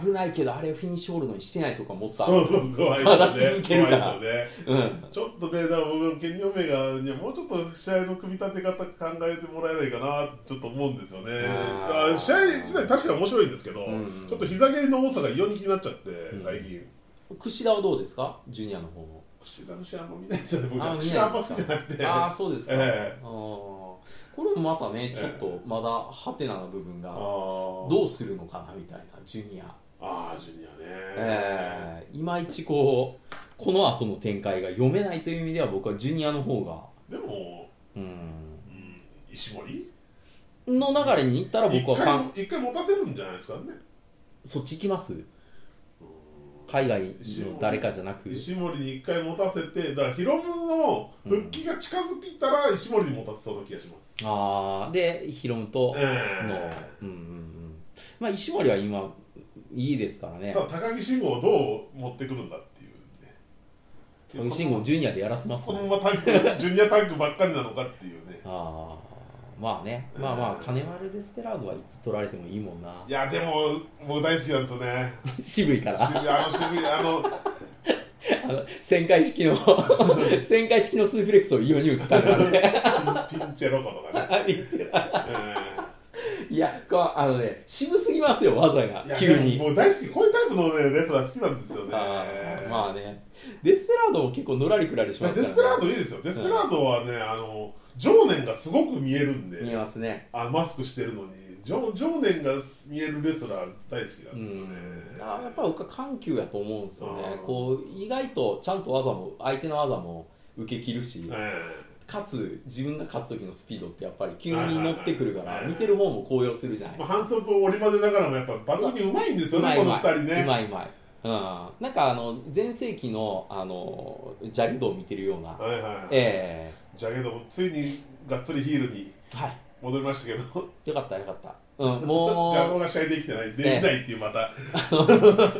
A: 危ないけどあれをフィニッシュホールドにしてないとかもっとある、
B: うん怖い
A: まだ
B: です
A: 続
B: よね
A: けるから
B: 怖いですよね
A: うん、
B: ちょっとねだから僕ケニーオメガにはもうちょっと試合の組み立て方考えてもらえないかなちょっと思うんですよね
A: あー
B: あ試合自体確かに面白いんですけど、
A: うん
B: ちょっと膝蹴りの多さが異様に気になっちゃって
A: ん
B: 最近
A: 櫛田はどうですかジュニアの方も
B: 櫛田の試合あんま見ないですよね僕
A: あ見ないです
B: 櫛
A: か
B: 田あんま好きじゃなくて
A: ああそうですか、
B: ええ
A: あーこれもまたねちょっとまだハテナな部分が
B: あ
A: どうするのかなみたいなジュニア
B: あージュニアね、
A: えーいまいちこうこの後の展開が読めないという意味では僕はジュニアの方が
B: でも、
A: うん
B: うん、石森
A: の流れに行ったら
B: 一
A: 僕はかん
B: 回一回持たせるんじゃないですかね
A: そっち行きます海外の誰かじゃなく
B: 石森に一回持たせてだからヒロムの復帰が近づいたら石森に持たせそうな気がします、
A: ああでヒロムと
B: え
A: の、
B: え
A: うんうんうんまあ石森は今いいですからね
B: ただ高木慎吾をどう持ってくるんだっていう
A: 高
B: ね
A: 木慎吾をジュニアでやらせます
B: こ
A: か
B: の
A: ね
B: ままタッグジュニアタッグばっかりなのかっていうね
A: ああまあねまあまあ金丸デスペラードはいつ取られてもいいもんない
B: やでも僕大好きなんですよね
A: 渋いから
B: 渋いあの渋いあの
A: あの [LAUGHS] 旋回式
B: [LAUGHS]
A: の旋回式のスーフレックスを異様に打つからね
B: ピンピンチェロコとかね、え
A: いやこうあのね渋すぎますよ技が
B: えい
A: 急
B: や
A: に
B: でも僕大好きこういうタイプの、ね、レスラー好きなんですよね
A: あーまあねデスペラードも結構のらりくらりし
B: いや
A: ますか
B: デ
A: ら、ね、
B: スペラードいいですよデスペラードはね、あの情念がすごく見えるんで
A: 見えますね
B: あマスクしてるのに情情念が見えるレスラー大好きなんですよね、
A: あやっぱり僕は緩急やと思うんですよね
B: うん
A: こう意外とちゃんと技も相手の技も受け切るし、
B: え
A: かつ自分が勝つ時のスピードってやっぱり急に乗ってくるか
B: はいはい
A: ら
B: はい
A: 見てる方も高揚するじゃない
B: えまあ、反則を織り交ぜながらもやっぱ抜群にうまいんですよねこの二人ね
A: うまいうまいうん、なんかあの前世紀のあのジャリドを見てるような、
B: はいはい、
A: え
B: じゃけどついにがっつりヒールに
A: えはい
B: 戻りましたけど
A: よかったよかった、うん、
B: [LAUGHS] ジャコ
A: もう
B: が試合できてない、できないっていう、また、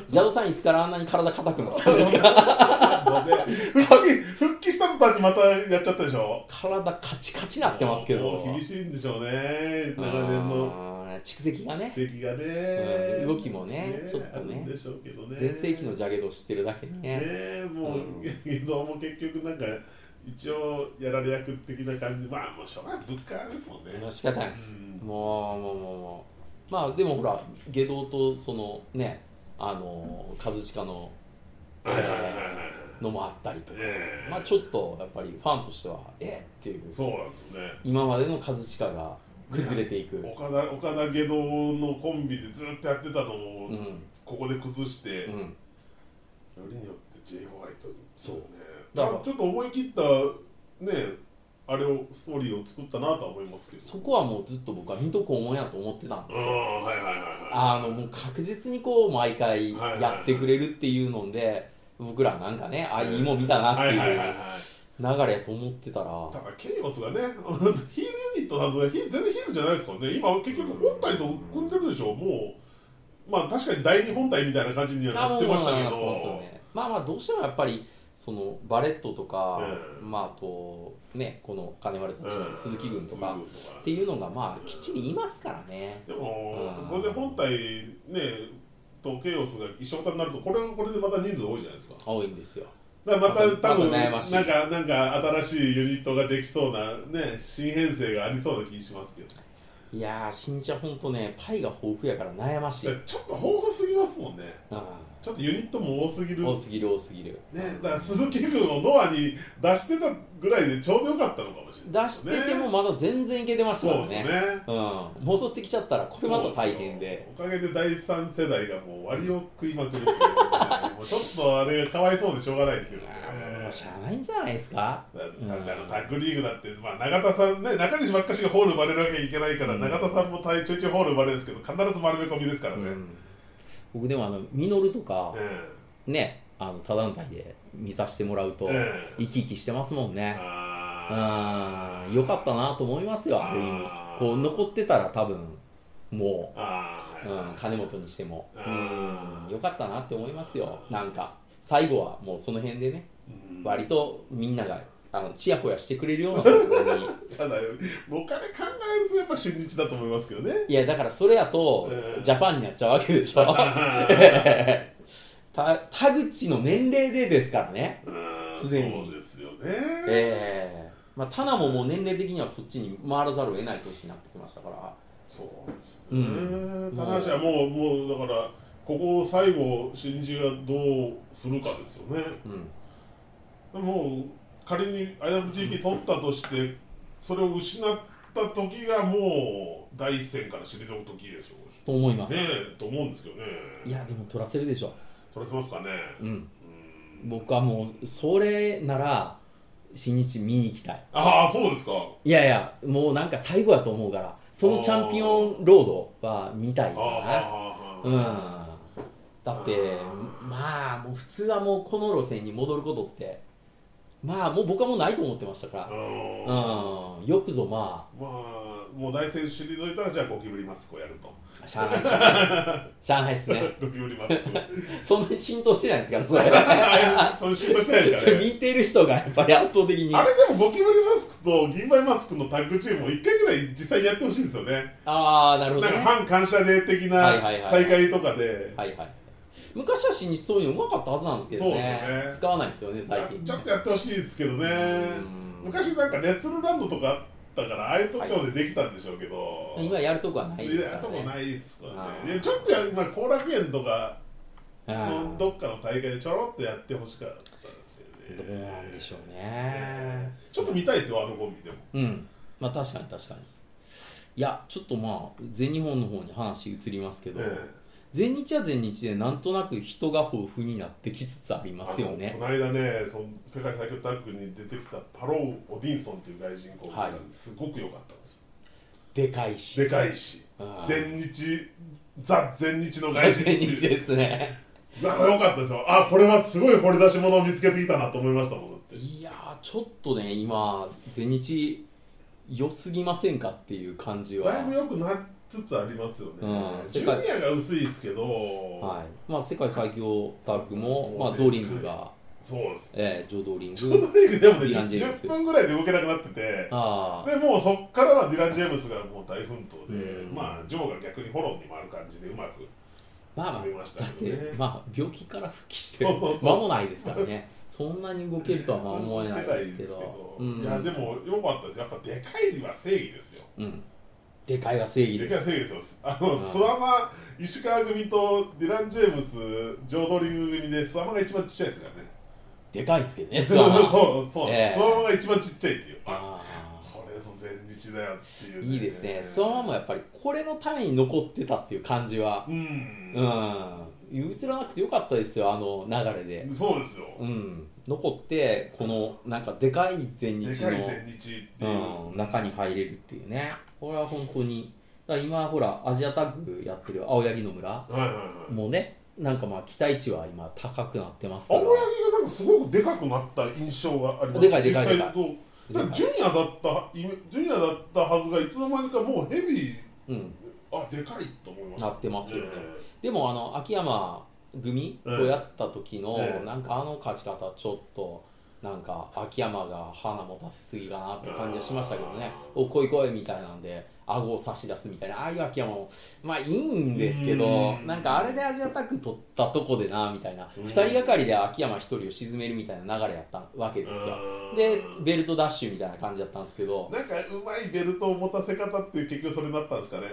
A: ジャドさんいつからあんなに体硬くな
B: [LAUGHS]
A: ったんですか
B: で [LAUGHS] 復帰復帰した途端にまたやっちゃったでしょ、
A: 体カチカチなってますけ
B: も
A: ど
B: う厳しいんでしょうね、長年の
A: うん蓄積がね
B: 奇跡がね、
A: うん動きもねちょっとね
B: あるんでしょうけどね、
A: 前世紀の
B: ね
A: ジャゲド知ってるだけにね
B: え、もう [LAUGHS]
A: うん、
B: けども結局、なんか、一応、やられ役的な感じ、まあ、もうしょうがない、物価です [LAUGHS] もんね。
A: もう仕方ないです、
B: うん
A: もうもうもうもうまあでもほら下道とそのねあの和親の
B: はいはいはいはいはい
A: のもあったりとか、
B: ええ
A: まあちょっとやっぱりファンとしてはえっっていう
B: そうなんですよね。
A: 今までの和親が崩れていく、
B: 岡田岡田下道のコンビでずっとやってたのを、
A: うん
B: ここで崩して、
A: う
B: よ
A: ん
B: りによって J ホワイト
A: そう
B: ね
A: だ
B: ま
A: から
B: あちょっと思い切ったねあれをストーリーを作ったなとは思いますけど
A: そこはもうずっと僕は水戸黄門やと思ってたんで
B: う
A: す
B: ん
A: よ、
B: はいはいはいは
A: あのもう確実にこう毎回やってくれるっていうので僕らなんかねあいいもん見たなっ
B: いは
A: て
B: いはい
A: い
B: はいう
A: 流れやと思ってたら、
B: ただケイオスがね [LAUGHS] ヒールユニットなんですがヒ全然ヒールじゃないですからね今結局本体と組んでるでしょもうまあ確かに第二本体みたいな感じには
A: あ
B: な
A: も
B: っ
A: う
B: て
A: もう
B: ましたけ
A: な
B: ど
A: ってますよねまあまあどうしてもやっぱりそのバレットとか、
B: う
A: まああとねこの金丸たち
B: う
A: の
B: ん
A: 鈴木軍とか
B: 鈴木
A: っ
B: 軍
A: ていうのがまあきっちりいますからね
B: でも
A: うん、
B: これで本体ね、とケイオスが一緒方になると、これはこれでまた人数多いじゃないですか。
A: 多いんですよ
B: だからま
A: また
B: た多分、
A: また
B: な
A: 悩
B: ん
A: ましい
B: か、なんか新しいユニットができそうな、ね、新編成がありそうな気しますけど。
A: いやー新茶ほんとねパイが豊富やから悩ましい、うん、
B: ちょっと豊富すぎますもんね。ちょっとユニットも多すぎる。
A: 多
B: ね、
A: すぎる多すぎる
B: だから鈴木軍をノアに出してたぐらいでちょうどよかったのかもしれない、
A: 出してても、まだ全然いけてました
B: そ
A: か
B: う
A: ら
B: です
A: ね
B: ね。
A: うん、戻ってきちゃったらこれまた大変で
B: おかげで第三世代がもう割を食いまくるっていうねもうちょっとあれがかわいそうでしょうがないですけどね
A: あーもうしゃあないんじゃないですか
B: だだってあのタッグリーグだって、まあ、永田さんね中西ばっかしがホール生まれるわけにいけないか
A: う
B: ら、
A: ん
B: 永田さんも体調一応ホール生まれるんですけど必ず丸め込みですからね、
A: う
B: うん
A: ん僕でもあのミノルとかねあの他団体で見させてもらうと
B: ええ
A: 生き生きしてますもんね
B: あ
A: あーよかったなと思いますよある意味
B: あー
A: こう残ってたら多分も
B: ーあ
A: う、
B: ー、
A: うん、金本にしても
B: あー
A: うんよかったなって思いますよなんか最後はもうその辺でね
B: うん
A: 割とみんながあのチヤホヤしてくれるようなところに
B: ただお金考えるとやっぱ新日だと思いますけどね
A: いやだからそれやと
B: ええ
A: ジャパンになっちゃうわけでしょ
B: [LAUGHS]
A: た田口の年齢でですからね
B: うん
A: すでに
B: そうですよね、
A: ええまあ、タナももう年齢的にはそっちに回らざるを得ない年になってきましたから、
B: そうなんですよ
A: う
B: ね
A: ん
B: 棚橋はもうもうだからここを最後新日がどうするかですよね
A: うん、
B: もう仮に IWGP 取ったとして、それを失った時がもう第一線から退く時でしょう
A: と思います、
B: ねえと思うんですけどね
A: いや、でも取らせるでしょ、
B: 取れてますかね
A: うん、
B: うん
A: 僕はもう、それなら、新日見に行きたい、
B: ああそうですか
A: いやいや、もうなんか最後やと思うから、そのチャンピオンロードは見たい
B: ああ
A: か
B: ああああ
A: な、うん、だって、まあ、もう普通はもうこの路線に戻ることって、まあ、もう僕はもうないと思ってましたか
B: うん
A: ら、うん、よくぞまあ。
B: まあもう第一線退いたらじゃあゴキブリマスクをやる
A: [LAUGHS]
B: と
A: しゃあないしゃあない [LAUGHS] しゃあないですね
B: ゴキブリマスク
A: そんなに浸透してないですからそ
B: ああそういう仕事してないで
A: [LAUGHS] れ
B: [LAUGHS] す
A: そ
B: から
A: れ
B: ね
A: 見てる人がやっぱり圧倒的に
B: あれでもゴキブリマスクと銀杯マスクのタッグチームを1回ぐらい実際にやってほしいんですよね
A: あーなるほど
B: なん
A: ね
B: かファン感謝デー的
A: は
B: ない
A: はいはいはい
B: 大会とかで、
A: はいはい昔は新日そういうのうまかったはずなんですけどね
B: そうですね
A: 使わないですよね最近
B: ちょっとやってほしいですけどね
A: うん、
B: 昔なんかレッツルランドとかあったから、ああいうとこでできたんでしょうけど、
A: 今やるとこはないですか
B: やった
A: ら
B: こと
A: ね
B: ないですから
A: あー
B: ね、でちょっとや、まあ、後楽園とか
A: うん
B: の
A: ど
B: どっかの大会でちょろっとやってほしかったんですけど
A: う
B: ね、
A: なんでしょうね
B: ちょっと見たいですよ、あのコンビでも。
A: うんまあ確かに確かにいやちょっとまあ全日本の方に話移りますけど、
B: え
A: 全日は全日でなんとなく人が豊富になってきつつあり
B: え
A: ますよね
B: あのこの間ねその世界最強タッグに出てきたパロー・オディンソンっていう外人コーチが
A: はい
B: すごく良かったんですよ、
A: でかいし
B: でかいし
A: うん
B: 全日ザ全日の外人って
A: 全
B: いう
A: 日です
B: [LAUGHS]
A: ね
B: なんか良かったですよあこれはすごい掘り出し物を見つけてきたなと思いましたもんだって
A: いやーちょっとね今全日良すぎませんかっていう感じは
B: だいぶ良くなりつつありますよね、
A: うん
B: ジュニアが薄いですけど、
A: はいまあ、世界最強タッグも、ま
B: も
A: あ、
B: う
A: ドリングが、
B: そうです
A: えー、ジョドリン
B: ちょう
A: グ
B: どリーグでもね
A: ディランジェームス
B: 10分ぐらいで動けなくなってて
A: ああ
B: でもうそっからはディラン・ジェームスがもう大奮闘で、
A: うん
B: まあジョーが逆にフォローに回る感じでうまく
A: まあまあ
B: 決めました
A: だっ
B: けどね
A: て、まあ、病気から復帰して間
B: そうそうそう
A: もないですからねそんなに動けるとはまあ思えないですけど
B: 動けないですけどいやでも良かったですやっぱでかいは正義ですよ
A: うん、でかいが正義
B: で
A: で
B: かい
A: す
B: は正義ですよあの、
A: うん
B: スワマ石川組とディラン・ジェームスジョードリング組でスワマが一番ちっちゃいですからね
A: でかいんですけどねス
B: そ
A: ワ
B: う
A: マ
B: [LAUGHS] そうそう、
A: ええ
B: スワマが一番ちっちゃいっていうあ
A: ああ
B: これぞ全日だよっていう、
A: いいですねスワマもやっぱりこれのために残ってたっていう感じは
B: うん、
A: うん映らなくてよかったですよあの流れで
B: そうですよ、
A: うん残ってこのなんかでかい全
B: で
A: 日
B: かい
A: の
B: 全日っていう、
A: うん、中に入れるっていうねこれは本当にだから今ほらアジアタッグやってる青柳野村
B: はいはいはい
A: もねなんかまあ期待値は今高くなってますか
B: 青
A: ら
B: 柳がなんかすごくでかくなった印象があります
A: でかいでかい
B: 実際
A: でかい
B: どうだからジュニアだったイメジュニアだったはずがいつの間にかもうヘビー
A: うん
B: あでかいと思いました
A: なってますよね
B: え
A: でもあの秋山組とやった時の、
B: ええ
A: なんかあの勝ち方ちょっとなんか秋山が花持たせすぎかなって感じはしましたけどね
B: あ
A: おこいこいみたいなんで顎を差し出すみたいなああいう秋山もまあいいんですけど
B: うん
A: なんかあれでアジアタック取ったとこでなみたいな
B: うん
A: 2人がかりで秋山1人を沈めるみたいな流れやったわけですよ
B: うん
A: でベルトダッシュみたいな感じだったんですけど
B: なんかうまいベルトを持たせ方って結局それになったんですかね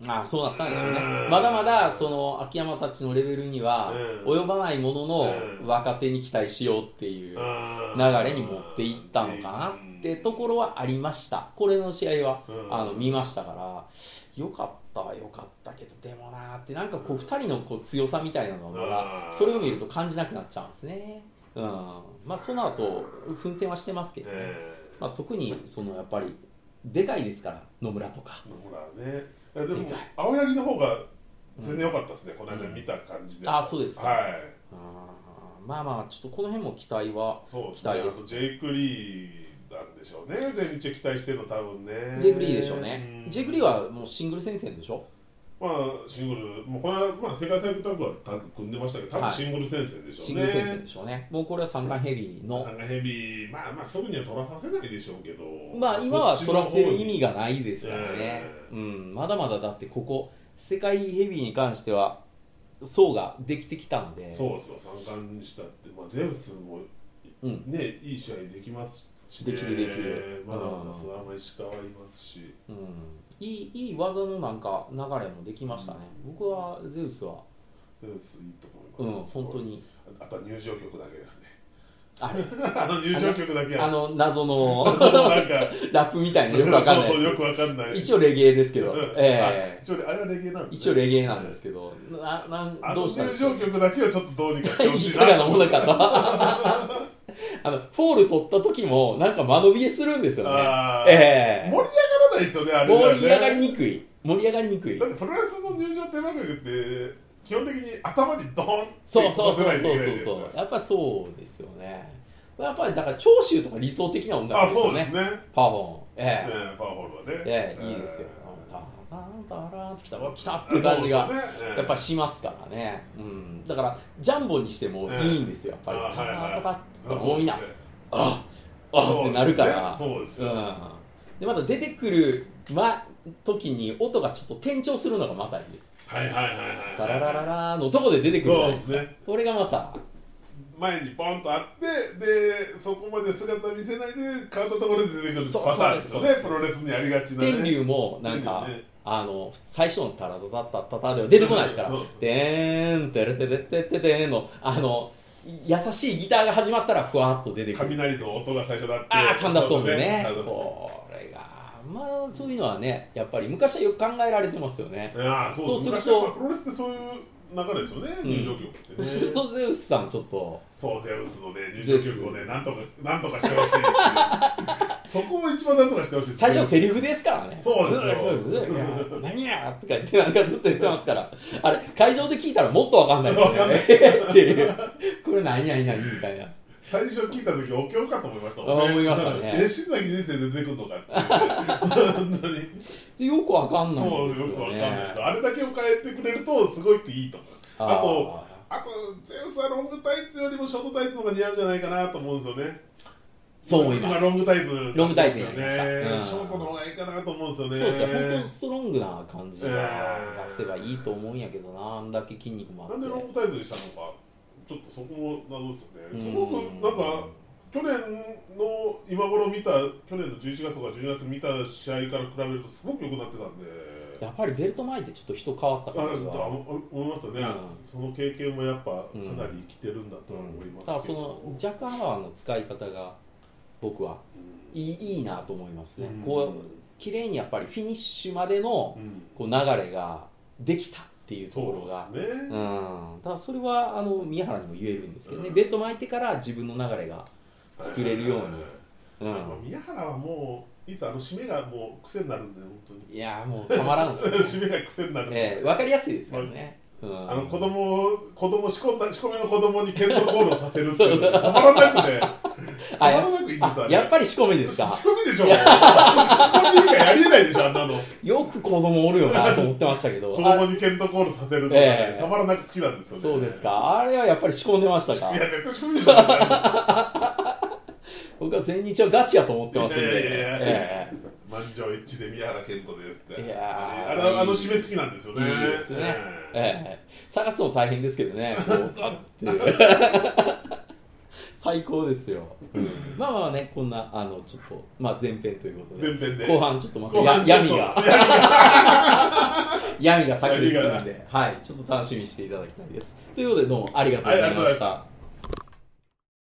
A: まあそうだったんでしょうね
B: うん
A: まだまだその秋山たちのレベルには
B: うん
A: 及ばないものの
B: うん
A: 若手に期待しようっていう
B: 流
A: 流れに持っていったのかなってとこ
B: ろ
A: ろはありましたこれの試合は
B: うん
A: あの見ましたからよかったはよかったけどでもなーってなんかこう2人のこう強さみたいなのが
B: うん
A: それを見ると感じなくなっちゃうんですねうんまあその後奮戦はしてますけどね、まあ、特にそのやっぱりでかいですから野村とか
B: ほらねいやでも
A: でかい
B: 青柳の方が全然良かったですね、この間見た感じで、
A: あそうですか
B: はい
A: うんまあまあちょっとこの辺も期待は
B: そう
A: 期待です
B: すね。あとジェイク・リーなんでしょうね。全日期待してるの多分ね。
A: ジェイクリーでしょうね
B: ん
A: ジェイクリー。はもうシングル戦線でしょ
B: まあシングル、もうこれはまあ世界最高タッグはタッグ組んでましたけど、多
A: は
B: 分
A: い
B: シングル戦線でし
A: シ
B: ょ
A: ング
B: うね。
A: ル戦線でしょうねもうこれは三冠ヘビーの
B: なんかヘビー、まあまあすぐには取らさせないでしょうけど。
A: まあ今は取らせる意味
B: が。
A: がないですからね
B: え、え
A: うん、まだまだだってここ世界ヘビーに関しては層ができてきたので
B: そうですよ。三冠にしたって、まあゼウスも
A: うん
B: ねいい試合できますし、ね。
A: できるできる
B: まだま
A: うん
B: だ諏訪間石川いますし。
A: うん、いいいい技のなんか流れもできましたね、僕はゼウスは、
B: ゼウスいいと
A: うん、
B: 思います。
A: 本当。に
B: あとは入場曲だけですね。
A: あれ
B: [LAUGHS] あの入場曲だけ
A: あ
B: は
A: の謎
B: [LAUGHS]
A: の
B: そうなんか
A: ラップみたいなよくわかんな
B: そうそうよ
A: い
B: くわかんない
A: 一応レゲエですけ
B: う
A: ど
B: ん、
A: え
B: あ一応あれはレゲエなん
A: え
B: です、ね、
A: 一応レゲエなんです
B: け
A: けど、ななん
B: あ
A: ど
B: の
A: うしたん
B: 入
A: でしょう
B: 場曲だけはちょっとどうにかしてほし
A: い
B: い
A: かが
B: なと
A: なものかとあのフォール取った時もなんか間延びえするんですよね
B: あー
A: ええ
B: 盛り上がらないですよねあれじゃね
A: 盛り上がりにくい盛り上がりにくい
B: だってプロレスの入場テーマ曲って基本的に頭にドーンって
A: そうそうそう
B: 乗
A: そ
B: せ
A: う
B: ないといけ
A: そ
B: な
A: う
B: いです
A: そう
B: か
A: やっぱそうですよねやっぱりだから長州とか理想的な音
B: あ
A: 楽です
B: そ
A: よ
B: うです
A: ね
B: ね
A: パフォンえ
B: え
A: え
B: えパワーホールはね
A: ええいいですよ
B: え
A: タ
B: え
A: ンタンタランってきたうわ来たって感じが
B: そうですよねええ
A: やっぱしますからね、うん、だからジャンボにしてもいいんですよ、
B: あ
A: やっぱり、
B: はいは
A: パタ
B: い
A: パタッとこうみんな、
B: そうですね
A: ああってなるから
B: そうですねそうですよ
A: うん、でまた出てくる、ま、時に音がちょっと転調するのがまたいいです
B: はいはいはいはいはい
A: ダララララーのとこで出てくるじゃないですか
B: そうですね
A: これがまた
B: 前にポンとあってでそこまで姿見せないで変わったところで出てくる
A: そう
B: パターンですよね
A: そうです
B: プロレスにありがちなね
A: 天竜もなんか、
B: 天竜ね
A: あの最初のタラタタタタタでは出てこないですから
B: そう
A: 「でーんてれてててててーん」のあの優しいギターが始まったらふわっと出てくる
B: 雷の音が最初だって
A: ああサンダーストームね
B: サンダースト
A: これがまあそういうのはねやっぱり昔はよく考えられてますよね
B: いやーそう
A: そうすると
B: 昔はやっぱプロレスってそういう流れですよね、
A: うん
B: 入場曲ってね
A: そうするとゼウスさんちょっと
B: そうゼウスのね入場曲をねなんとかなんとかしてほしい
A: [LAUGHS]
B: っていうそこを一番なんとかしてほしいですね
A: 最初セリフですからね
B: そうですよ
A: いや何やとか言ってなんかずっと言ってますからあれ会場で聞いたらもっとわかんないですよねっていうこれ何何何みたいな
B: 最初聞いた時お経かと思いました
A: あ思いましたね
B: [LAUGHS] なんかえ新崎人生で出てくるのかって [LAUGHS] いう本当に
A: よくわかんない
B: そう
A: です
B: よ
A: よ
B: くわかんないです
A: ね
B: あれだけを変えてくれるとすごいいいと思うあと
A: あー
B: あとゼウスはロングタイツよりもショートタイツの方が似合うんじゃないかなと思うんですよね
A: そう思います
B: 今ロングタイツ
A: ロングタイツに
B: よ
A: なりま
B: ね
A: したうん
B: ショートの方がいいかなと思うんですよね
A: そうですね、本当ストロングな感じが
B: えー
A: 出せばいいと思うんやけどな、あんだけ筋肉もあ
B: な
A: っ
B: ん
A: て
B: で。ロングタイツにしたのかちょっとそこも謎ですよ
A: う
B: ね
A: ん
B: すごくなんか去年の今頃見た去年の11月とか12月見た試合から比べるとすごく良くなってたんで
A: やっぱりベルト前ってちょっと人変わった
B: あだ
A: 感じは。
B: 思いますよね、
A: うん
B: その経験もやっぱかなり生きてるんだとは思いますけ
A: た
B: ど、
A: だそのジャックハンワーの使い方が僕は
B: う
A: いいいいなと思いますね
B: うん。
A: こう綺麗にやっぱりフィニッシュまでの
B: んうん
A: こう流れができたっていうところが。
B: そうですね、
A: うん、ただそれはあの宮原にも言えるんですけどね、
B: うん
A: ベルト巻いてから自分の流れが作れるように、う
B: ま
A: ん、
B: あ宮原はもういつあの締めがもう癖になるんで本当に
A: いやーもうたまらんですね
B: [LAUGHS] 締めが癖になるんで、
A: ええわかりやすいですからね。うん
B: あの子供を子供仕込んだ仕込みの子供にケントコールをさせるっていうのがたまらなくてたま
A: あ
B: ら
A: や
B: なくいいんですあれ
A: やっぱり仕込みです
B: 仕
A: か。
B: 込みでしょ仕込み以外やりえないでしょあ
A: [LAUGHS]
B: んなの
A: よく子供おるよなと思ってましたけど。
B: 子
A: あ
B: 供にケントコールさせるのが、
A: え
B: ね
A: え
B: たまらなく好きなんですよね
A: そうですか。あれはやっぱり仕込んでましたか
B: い。や絶対仕込みでしょあんなの
A: 僕は全日はガチやと思ってますんで。
B: いやいやいや
A: え
B: 満場一致で宮原健人ですって
A: いやー
B: あれあの締め好きなんですよ
A: え
B: ね
A: いいですね。ええ
B: え
A: 探すの大変ですけどね。こうあって。
B: [LAUGHS]
A: 最高ですよ。まあまあね、こんな、あの、ちょっと、まあ前編ということで。
B: 前編で
A: 後半ちょっとまた
B: 後半
A: や
B: ちょ
A: 闇
B: っと [LAUGHS]
A: が。闇が炸裂するん
B: 闇
A: で、はい、ちょっと楽しみにしていただきたいです。ということで、どうもありがとうございま
B: はいありがとうございま
A: し。
B: した